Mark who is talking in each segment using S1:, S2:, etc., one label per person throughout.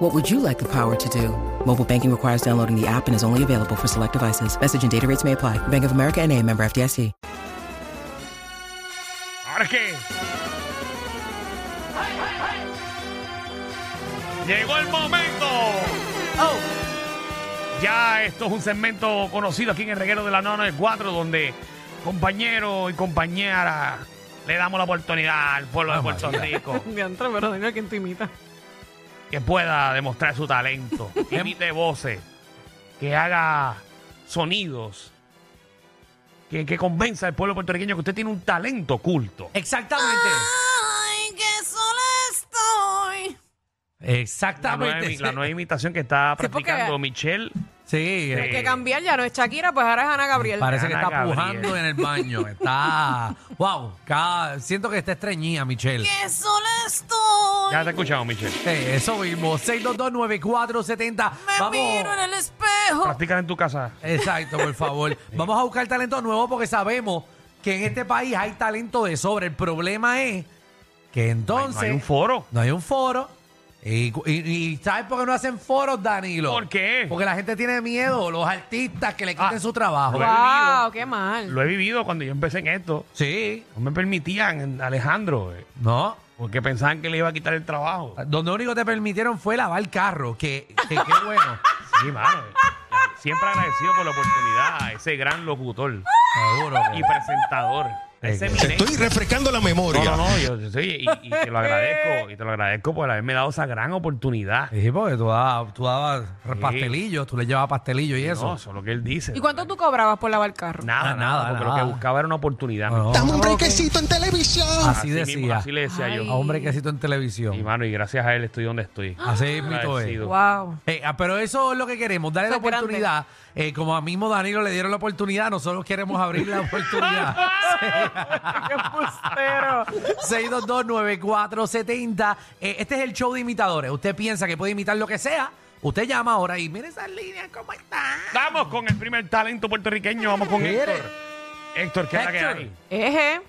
S1: What would you like the power to do? Mobile banking requires downloading the app and is only available for select devices. Message and data rates may apply. Bank of America and a member FDIC.
S2: Jorge. Llegó el momento. Ya esto es un segmento conocido aquí en el reguero de la 994 donde compañeros y compañeras le damos la oportunidad al pueblo de Puerto Rico
S3: Diantre, pero dime quién te imita.
S2: que pueda demostrar su talento, que emite voces, que haga sonidos, que, que convenza al pueblo puertorriqueño que usted tiene un talento oculto.
S4: Exactamente.
S5: Ay, que sola estoy.
S2: La nueva,
S4: Exactamente.
S2: la nueva imitación que está
S3: Sí, porque-
S2: practicando Michelle.
S4: Sí,
S2: Sí.
S4: eh,
S3: Que cambiar ya no es Shakira, pues ahora es Ana Gabriel.
S4: parece que
S2: Ana
S4: está
S2: Gabriel.
S4: pujando en el baño. Está. Wow. cada- siento que está estreñida, Michelle.
S5: Que sola estoy.
S2: Ya te escuchamos, Michelle.
S4: Eh, eso mismo. 6229470.
S5: Me miro en
S4: Vamos.
S5: el espejo.
S2: Practica en tu casa.
S4: Exacto, por favor. Vamos a buscar talento nuevo porque sabemos que en este país hay talento de sobra. El problema es que
S2: Ay,
S4: entonces.
S2: no hay un foro.
S4: No hay un foro. Y, y- y ¿sabes por qué no hacen foros, Danilo?
S2: ¿Por qué?
S4: Porque la gente tiene miedo, los artistas que le quiten
S2: Ah,
S4: su
S2: lo
S4: trabajo.
S2: he vivido.
S3: wow, qué mal.
S2: Lo he vivido cuando yo empecé en esto.
S4: Sí,
S2: No me permitían, Alejandro, eh,
S4: no.
S2: porque pensaban que le iba a quitar el trabajo.
S4: Donde único te permitieron fue lavar el carro, que, que qué bueno.
S2: Sí, mano. eh. Siempre agradecido por la oportunidad a ese gran locutor
S4: Seguro. que-
S2: y presentador. a Ese
S4: Te
S2: eminente.
S6: Estoy refrescando la
S2: No,
S6: memoria.
S2: no, no, yo, yo- oye, y, y te lo agradezco, y te lo agradezco por haberme dado esa gran oportunidad.
S4: Sí, porque tú dabas, tú dabas pastelillos, tú le llevabas pastelillos y
S2: No,
S4: eso.
S2: eso es lo que él dice.
S3: ¿Y cuánto tú cobrabas por lavar el carro?
S2: Nada,
S4: Ah,
S2: nada,
S4: nada,
S2: porque
S4: nada.
S2: lo que buscaba era una oportunidad.
S4: No,
S6: Dame un brequecito en televisión.
S4: así
S2: mismo,
S4: decía.
S2: así le decía
S4: A
S2: yo.
S4: hombre que en
S2: Y
S4: televisión.
S2: mano, y gracias a él estoy donde estoy.
S4: Así mismo es.
S2: Agradecido.
S3: Wow.
S4: Eh, ah, pero eso es lo que queremos, darle la
S3: Fue grande.
S4: oportunidad. Eh, como a mismo Danilo le dieron la oportunidad, nosotros queremos abrir la oportunidad.
S3: qué pustero.
S4: 6229470. Eh, este es el show de imitadores. Usted piensa que puede imitar lo que sea. Usted llama ahora y mire esas líneas, ¿cómo están?
S2: Vamos con el primer talento puertorriqueño. Vamos con
S4: Mire.
S2: Héctor. Héctor, ¿qué es la que
S4: Héctor.
S2: hay?
S3: Eje.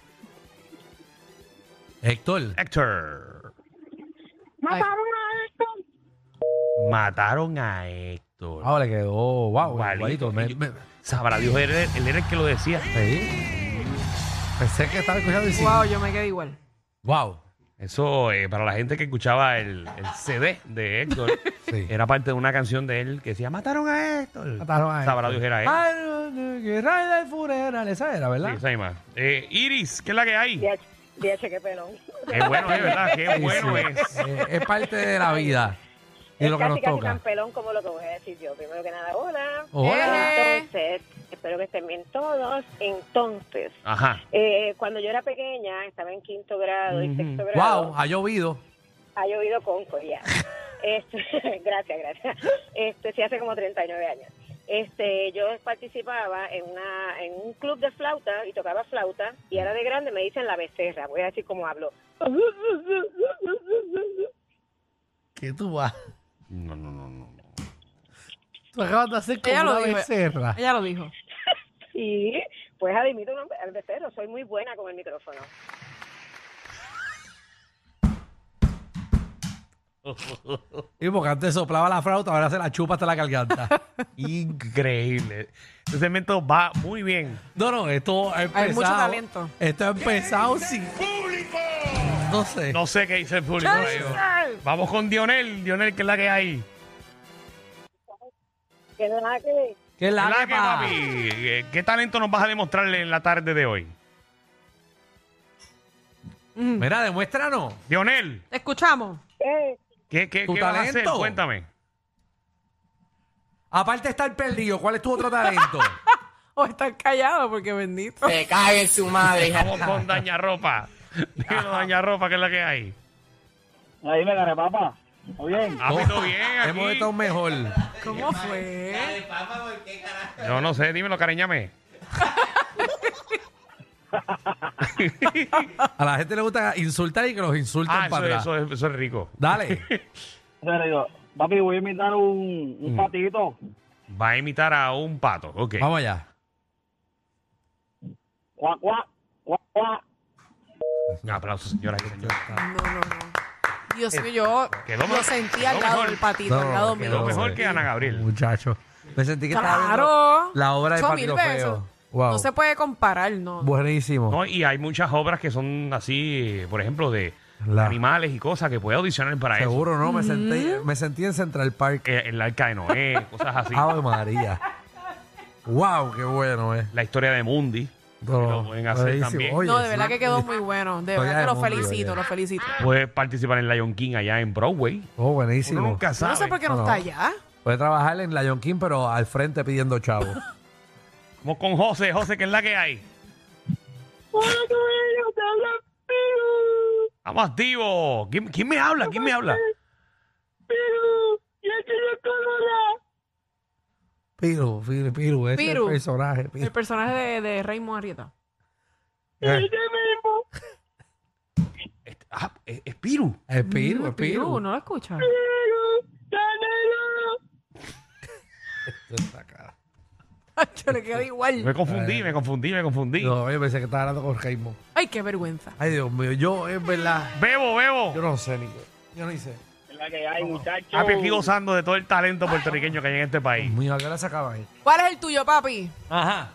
S4: Héctor.
S2: Héctor.
S3: Mataron
S2: Mataron a Héctor.
S4: Ah, le quedó. Wow,
S2: Igualito.
S4: igualito. Me-
S2: Y-
S4: me-
S2: Sabrá Dios, él, era- él era el que lo decía.
S4: sí. Pensé que estaba escuchando y sí.
S3: Wow, yo me quedé igual.
S4: Wow.
S2: Eso, eh, para la gente que escuchaba el, el CD de Héctor,
S4: Sí.
S2: era parte de una canción de él que decía, mataron a Héctor.
S4: Mataron a
S2: Sabrá
S4: Héctor.
S2: Dios era él.
S4: Ay, no, no, que Raida y Funeral, esa era,
S2: Sí,
S4: ¿verdad?
S2: esa misma. Eh, Iris, ¿qué es la que hay?
S7: Diache, diache, qué pelón.
S2: Qué bueno es, ¿verdad? Qué
S4: Sí,
S2: bueno
S4: sí.
S2: es.
S4: Eh, es parte de la vida. Y
S7: Es
S4: lo que
S7: casi,
S4: nos
S7: casi tan
S4: toca.
S7: pelón como lo que voy a decir yo. Primero que nada, hola.
S4: Hola.
S7: Entonces, espero que estén bien todos. Entonces,
S2: Ajá.
S7: eh, cuando yo era pequeña, estaba en quinto grado y sexto grado.
S4: Wow, ha llovido.
S7: Ha llovido con ya. Este, gracias, gracias. Este, sí, hace como 39 años. Este, yo participaba en una en un club de flauta y tocaba flauta
S4: Mm.
S7: y ahora de grande me dicen la becerra. Voy a decir cómo hablo.
S4: ¿Qué tú vas?
S2: No, no, no, no.
S4: Tú acabas de hacer
S3: Ella lo dijo. Ella lo dijo.
S7: Sí, pues admito un hombre- al becerro, soy muy buena con el micrófono.
S4: Y porque antes soplaba la flauta, ahora se la chupa hasta la garganta.
S2: Increíble. Este segmento va muy bien.
S4: No, no, esto ha empezado.
S3: mucho talento.
S4: Esto ha empezado sin. ¡Público! No sé.
S2: No sé qué dice el público. Vamos con Dionel. Dionel, ¿qué es la que hay?
S7: Que nada que
S4: ¿Qué
S2: ¿Qué
S4: es la,
S2: es la que,
S4: que pa?
S2: papi? Eh, ¿Qué talento nos vas a demostrarle en la tarde de hoy?
S4: Mira, demuéstranos.
S2: Dionel,
S3: Te escuchamos.
S7: eh,
S2: ¿qué, qué,
S4: ¿Tu
S2: qué vas a hacer?
S4: talento?
S2: Cuéntame.
S4: Aparte de estar perdido, ¿cuál es tu otro talento?
S3: O estar callado porque bendito.
S2: Vamos con Daña Ropa. Daña Ropa, ¿qué es la que hay?
S8: Ahí me agarré, papá. Muy bien.
S2: Ah, pues, todo bien aquí.
S4: Oh, Hemos estado mejor.
S3: ¿Cómo fue?
S2: Yo no sé, dímelo, cariñame. Ah,
S4: A la gente le gusta insultar y que los insulten
S2: Ah, eso,
S4: para atrás.
S2: eso es- eso es rico.
S4: Dale.
S8: Entonces le digo, papi, voy a imitar un, un patito.
S2: Va a imitar a un pato. Ok.
S4: Vamos allá.
S8: Cuac, cuac, cuac, cuac.
S2: Un aplauso, señora.
S3: No, no, no. Dios mío, yo
S2: Quedó
S3: lo
S2: mejor,
S3: sentí
S2: quedó
S3: al lado
S2: mejor.
S3: del patito,
S4: No,
S3: al lado
S4: quedó
S3: mío.
S2: Quedó mejor
S4: Sí.
S2: que Ana Gabriel.
S4: Muchacho. Me sentí que estaba
S3: Claro.
S4: viendo la obra de
S3: Ocho
S4: Patito
S3: mil pesos.
S4: Feo. Wow.
S3: No se puede comparar, no.
S4: Buenísimo.
S2: No, y hay muchas obras que son así, por ejemplo, de
S4: La-
S2: animales y cosas que puede audicionar para
S4: Seguro, ¿no? Me,
S3: Mm.
S4: senté, me sentí en Central Park.
S2: eso. Eh, El arca de Noé, cosas así.
S4: Ave María. wow, qué bueno, eh.
S2: La historia de Mundi. que lo pueden hacer
S4: buenísimo.
S2: también.
S4: Oye,
S3: no, de verdad
S4: sí.
S3: que quedó muy bueno. De
S4: Oye,
S3: verdad que los
S4: muy bien,
S3: felicito,
S4: oye. Ah,
S3: los felicito.
S2: Puedes participar en Lion King allá en Broadway.
S4: Oh,
S2: Uno
S4: buenísimo.
S2: nunca
S3: Yo
S2: sabe.
S3: no sé por qué
S4: No,
S3: no
S4: no.
S3: está allá.
S4: Puede trabajar en Lion King, pero al frente pidiendo chavo.
S2: Vamos con José. José, ¿qué es la que hay? Vamos activo. ¿Quién, quién me habla? ¿Quién me habla?
S4: Piru, Piru, Piru, ese
S3: Piru.
S4: Es el personaje. Piru.
S3: El personaje de, de Raymond Arrieta.
S4: Eh,
S2: Este- ah, es, es Piru.
S4: Es Eh, Piru, es
S3: Piru,
S4: Piru.
S3: ¿no lo escuchas?
S4: Esta cara.
S3: Yo le queda
S2: Me
S3: igual.
S2: confundí, me confundí, me confundí.
S4: Eh. No, yo pensé que estaba hablando con Raymond.
S3: Ay, qué vergüenza.
S4: Ay, Dios mío, yo en verdad,
S2: Bebo, bebo.
S4: yo no sé, Nico. Yo no hice.
S8: Es la que hay, muchachos.
S2: Papi, aquí gozando pues, de todo el talento puertorriqueño que hay en este país.
S4: Muy ahora se acaba ahí.
S3: ¿Cuál es el tuyo, papi?
S4: Ajá.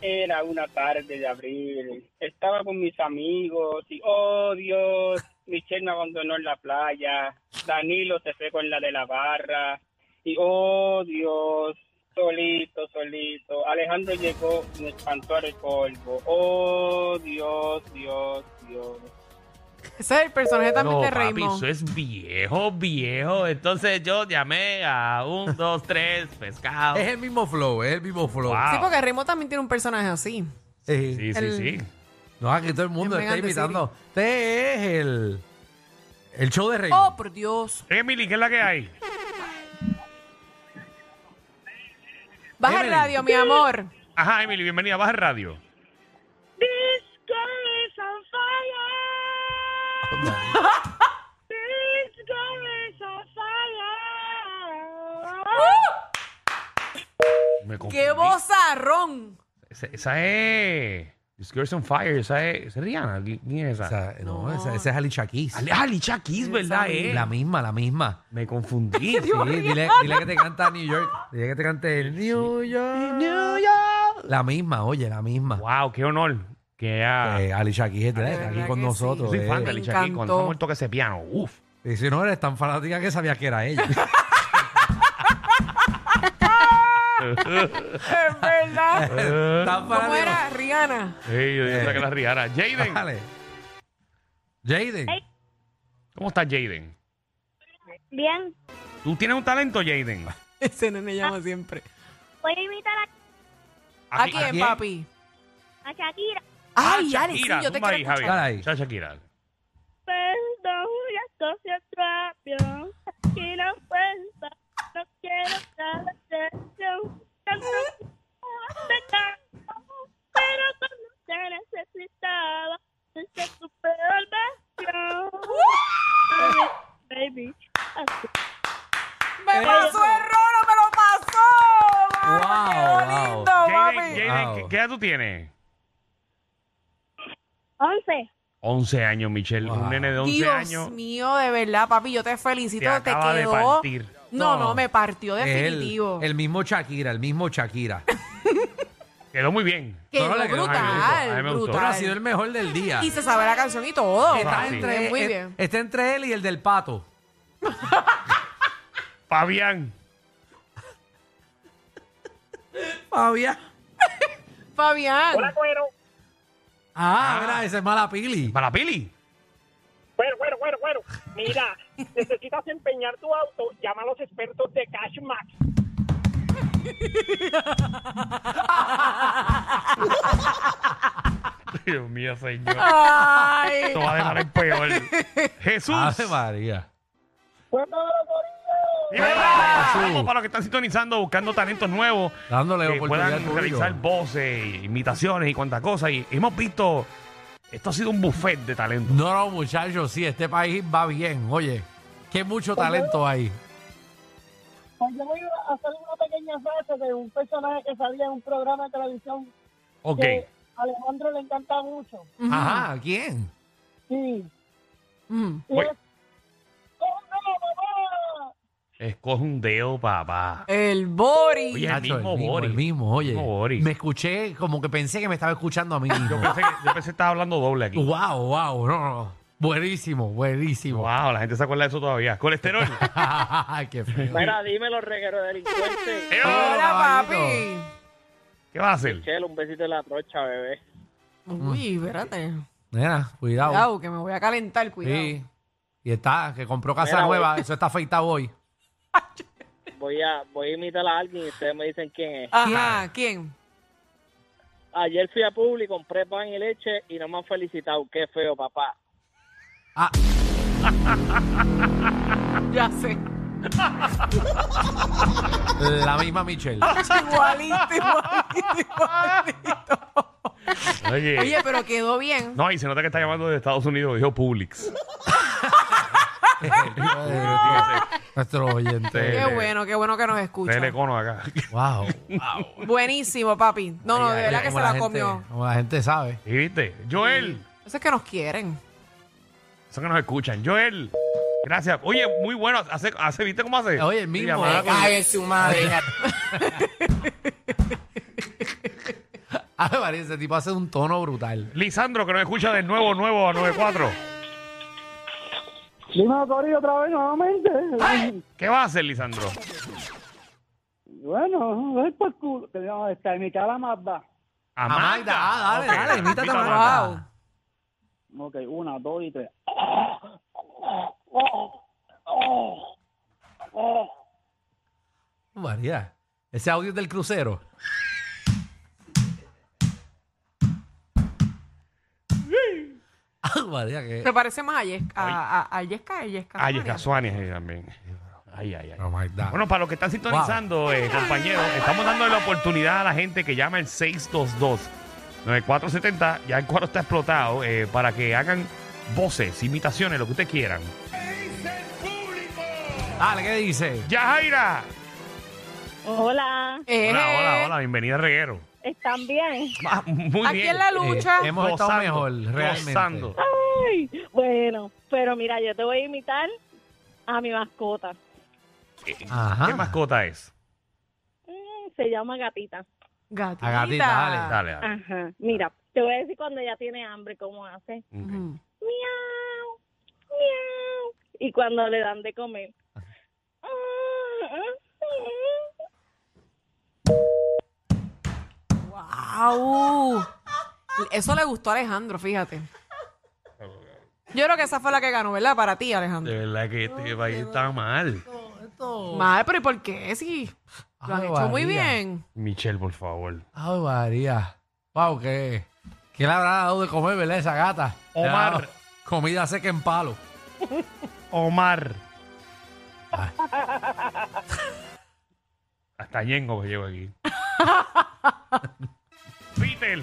S8: Era una tarde de abril. Estaba con mis amigos y, oh Dios, Michelle me abandonó en la playa. Danilo se fue con la de la barra. Y, oh Dios, solito, solito. Alejandro llegó y me espantó el polvo. Oh Dios, Dios, Dios.
S3: Ese es el personaje también
S2: No,
S3: de
S2: papi, eso
S3: Raymond.
S2: es viejo, viejo. Entonces yo llamé a un, dos, tres, pescado.
S4: Es el mismo flow, es el mismo flow.
S2: Ah. Wow.
S3: Sí, porque Raymond también tiene un personaje así.
S4: Eh,
S2: Sí, sí,
S3: el-
S2: sí.
S4: No, aquí todo el mundo
S3: En
S4: está
S3: Megan the
S4: imitando. Este es el, el show de Raymond.
S3: Oh, por Dios.
S2: Emily, ¿qué es la que hay?
S3: Baja el
S4: Emily.
S3: radio, mi amor.
S2: Ajá, Emily, bienvenida. Baja el radio. Me confundí.
S3: ¡Qué bozarrón!
S2: Esa, esa es... This Girl's on Fire. Esa es, esa es Rihanna. ¿Quién es
S4: O
S2: esa?
S4: sea, no, ese, ese es Alicia Keys.
S2: Ali- Ah, Oh, Alicia Keys, ¿verdad? eh?
S4: La misma, la misma.
S2: Me confundí.
S4: Sí, dile, dile que te canta New York. Dile que te cante el New York. New York. La misma, oye, la misma.
S2: wow, qué honor. Que ella...
S4: Eh, Alicia Keys está
S3: de
S4: aquí
S3: verdad
S4: con
S3: que sí.
S2: Yo
S4: nosotros.
S2: soy
S4: eh.
S2: fan de
S3: Me
S2: Alicia Keys. Cuando
S3: encantó.
S2: está muerto que ese piano. Uf.
S4: Y si no eres tan fanática que sabía que era ella.
S3: Es verdad.
S4: tan
S3: ¿Cómo
S4: fanática.
S3: era Rihanna?
S2: Ey, Eh, yo pensaba
S4: Eh.
S2: que la riara. Jaden.
S4: Dale. Jaden.
S2: ¿Cómo está Jaden?
S9: Bien,
S2: Tú tienes un talento, Jaden.
S3: Ese nene llama siempre.
S9: voy a invitar a,
S3: ¿A
S2: Aquí-
S3: quién,
S4: quién?
S3: papi?
S9: a Shakira.
S3: Ay,
S2: Ah,
S3: Alex, sí,
S2: Shakira,
S3: yo te
S2: zumba
S3: quiero
S2: ahí, Javi.
S3: escuchar.
S4: Dale ahí.
S2: Ya, Shakira.
S9: Perdón, las cosas rápido. Y no cuenta, no quiero nada de eso. Tanto te canto, pero cuando te necesitaba, fuiste tu peor versión. Baby, así.
S3: ¡Me pasó el rolo, me lo pasó! Mami,
S4: Wow,
S3: ¡Qué
S4: wow.
S3: bonito,
S2: Jaden,
S3: papi!
S2: Jaden,
S4: Wow.
S2: ¿qué- ¿qué edad tú tienes?
S9: Once.
S2: 11 años, Michelle.
S4: Wow.
S2: Un nene de 11
S3: Dios
S2: años.
S3: mío, de verdad, papi, yo te felicito.
S2: Te acaba de
S3: quedó.
S2: partir.
S4: No.
S3: No, no, me partió
S4: Es
S3: definitivo.
S4: El, el mismo Shakira, el mismo Shakira.
S2: Quedó muy bien.
S3: Quedó
S4: no le quedó, a mí me gustó,
S2: a mí
S3: brutal,
S2: me gustó.
S4: Pero ha
S3: brutal.
S4: sido el mejor del día.
S3: Y se sabe la canción y todo.
S4: Está
S2: Ah, sí.
S4: entre,
S3: Muy
S4: eh,
S3: bien.
S4: está entre él y el del pato.
S2: Fabián.
S4: Fabián.
S3: Fabián.
S8: Hola, cuero.
S4: Ah, mira, ese es mala pili.
S2: Para Pili.
S8: Bueno, bueno, bueno, bueno. Mira, necesitas empeñar tu auto, llama a los expertos de Cash Max.
S2: Dios mío, señor.
S3: Ay. Ah,
S2: Esto va a dejar el peor. Jesús.
S4: Ave María.
S8: Pueblo de los Gorillas.
S2: Vamos para los que están sintonizando, buscando talentos nuevos.
S4: Dándole
S2: que
S4: oportunidad
S2: puedan
S4: al público.
S2: realizar voces, imitaciones y cuantas cosas. Y hemos visto, esto ha sido un buffet de talento.
S4: No, no, muchachos, sí, este país va bien. Oye, que mucho talento hay.
S9: Pues yo voy a hacer una pequeña frase de un personaje que salía en un programa de televisión
S2: Ok.
S9: que a Alejandro le encanta mucho.
S4: Ajá, ¿quién?
S9: Sí.
S5: Mm.
S9: Y
S2: Voy.
S9: es... ¡Oh, no, mamá!
S2: Escoge un dedo, papá.
S5: El Bori.
S2: Oye, el
S4: Nacho,
S2: mismo Boris.
S4: El mismo, oye.
S2: El mismo Boris.
S4: Me escuché, como que pensé que me estaba escuchando a mí mismo.
S2: Yo pensé que, yo pensé que estaba hablando doble aquí.
S4: wow, wow, no, no. Buenísimo, buenísimo.
S2: Wow, la gente se acuerda de eso todavía. Colesterol.
S4: Qué feo.
S8: Mira, dime los regueros delincuentes.
S2: Eh, oh,
S5: Hola,
S4: caballito.
S5: papi.
S2: ¿Qué va a hacer?
S8: Chelo, un besito en la trocha, bebé.
S5: Uy, espérate.
S4: Mira, cuidado.
S5: Cuidado, que me voy a calentar, cuidado.
S4: Sí. Y está, que compró casa
S8: Mira,
S4: nueva, eso está afeitado hoy.
S8: Voy a, voy a imitar a alguien y ustedes me dicen quién es.
S5: Ajá, ¿quién?
S8: Ayer fui a Publi, compré pan y leche y no me han felicitado. Qué feo, papá.
S4: Ah,
S5: Ya sé.
S4: la misma Michelle.
S5: Igualito, igualito, igualito.
S2: Oye.
S5: Oye, pero quedó bien.
S2: No, y se nota que está llamando de Estados Unidos, dijo Publix.
S4: Nuestro oyente.
S5: Qué
S2: Tele-
S5: bueno, qué bueno que nos escucha.
S2: Telecono acá.
S4: Wow.
S5: Buenísimo, papi. No, no,
S2: Ay,
S5: de
S2: ay,
S5: verdad que se
S4: Como
S5: la
S4: gente-
S5: comió.
S4: Como la gente sabe.
S2: ¿Y viste? Joel.
S5: Eso es que nos quieren.
S2: Eso que nos escuchan. Joel. Gracias. Oye, muy bueno. Hace, hace ¿Viste cómo hace?
S4: Oye, el mismo,
S2: Llamada
S4: eh,
S2: con-
S4: Ah, María, ese tipo hace un tono brutal.
S2: Lisandro, que nos escucha de nuevo, nuevo a 94.
S8: Dime, Corillo, otra vez nuevamente.
S2: ¿Qué va a hacer, Lisandro?
S8: Bueno, es por culo. No, está imitar la Mazda.
S2: A
S4: Magda. Ah, dale,
S2: Ok,
S4: dale, invítate a
S2: invito
S4: Magda.
S5: Wow.
S8: Ok, una, dos y tres.
S4: María, ese audio es del crucero. Ah, María, que.
S5: Se parece más a Yesca. A, a, a Yesca, a Yesca.
S2: Ay, es casuanes ahí también. Ay, ay, ay.
S4: Oh my God.
S2: Bueno, para los que están sintonizando, eh, compañeros, estamos dando la oportunidad a la gente que llama el 622-9470. Ya el cuadro está explotado eh, para que hagan voces, imitaciones, lo que ustedes quieran.
S4: Dale, ¿qué dice?
S2: ¡Yajaira!
S9: Hola,
S5: Eh,
S2: Hola, hola, hola, bienvenida a Reguero.
S9: ¿están bien?
S2: Ah, Muy
S5: Aquí
S2: bien.
S5: en la lucha.
S4: Eh, Hemos estado mejor, realmente.
S2: gozando.
S9: Ay, bueno, pero mira, yo te voy a imitar a mi mascota.
S2: Eh,
S4: Ajá.
S2: ¿Qué mascota es?
S9: Mm, Se llama Gatita.
S5: Gatita.
S4: A gatita, dale.
S2: Dale, dale.
S9: Ajá. Mira, te voy a decir cuando ella tiene hambre cómo hace.
S2: Ok.
S5: Ujú.
S9: Miau, miau. Y cuando le dan de comer. Ah,
S5: Wow. Eso le gustó a Alejandro, fíjate. Yo creo que esa fue la que ganó, ¿verdad? Para ti, Alejandro.
S2: De verdad que este país está mal.
S5: Madre, pero ¿y por qué? Sí. Lo han
S4: Ay,
S5: hecho muy
S4: María.
S5: bien.
S2: Michelle, por favor.
S4: Ay, María. Wow, que. ¿Qué le habrá dado de comer, verdad, esa gata? Le habrá
S2: Omar.
S4: dado Comida seca en palo.
S2: Omar. Ah. Hasta Yengo que llevo aquí. Peter.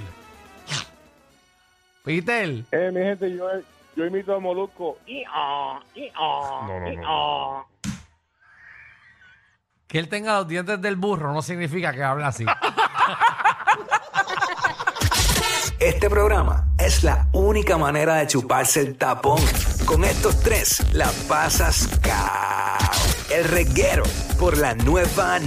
S4: Peter.
S8: Eh, mi gente, yo, yo imito a Molusco.
S2: No, no, no.
S4: Que él tenga los dientes del burro no significa que hable así.
S10: Este programa es la única manera de chuparse el tapón. Con estos tres la pasas cao. El reguero por la nueva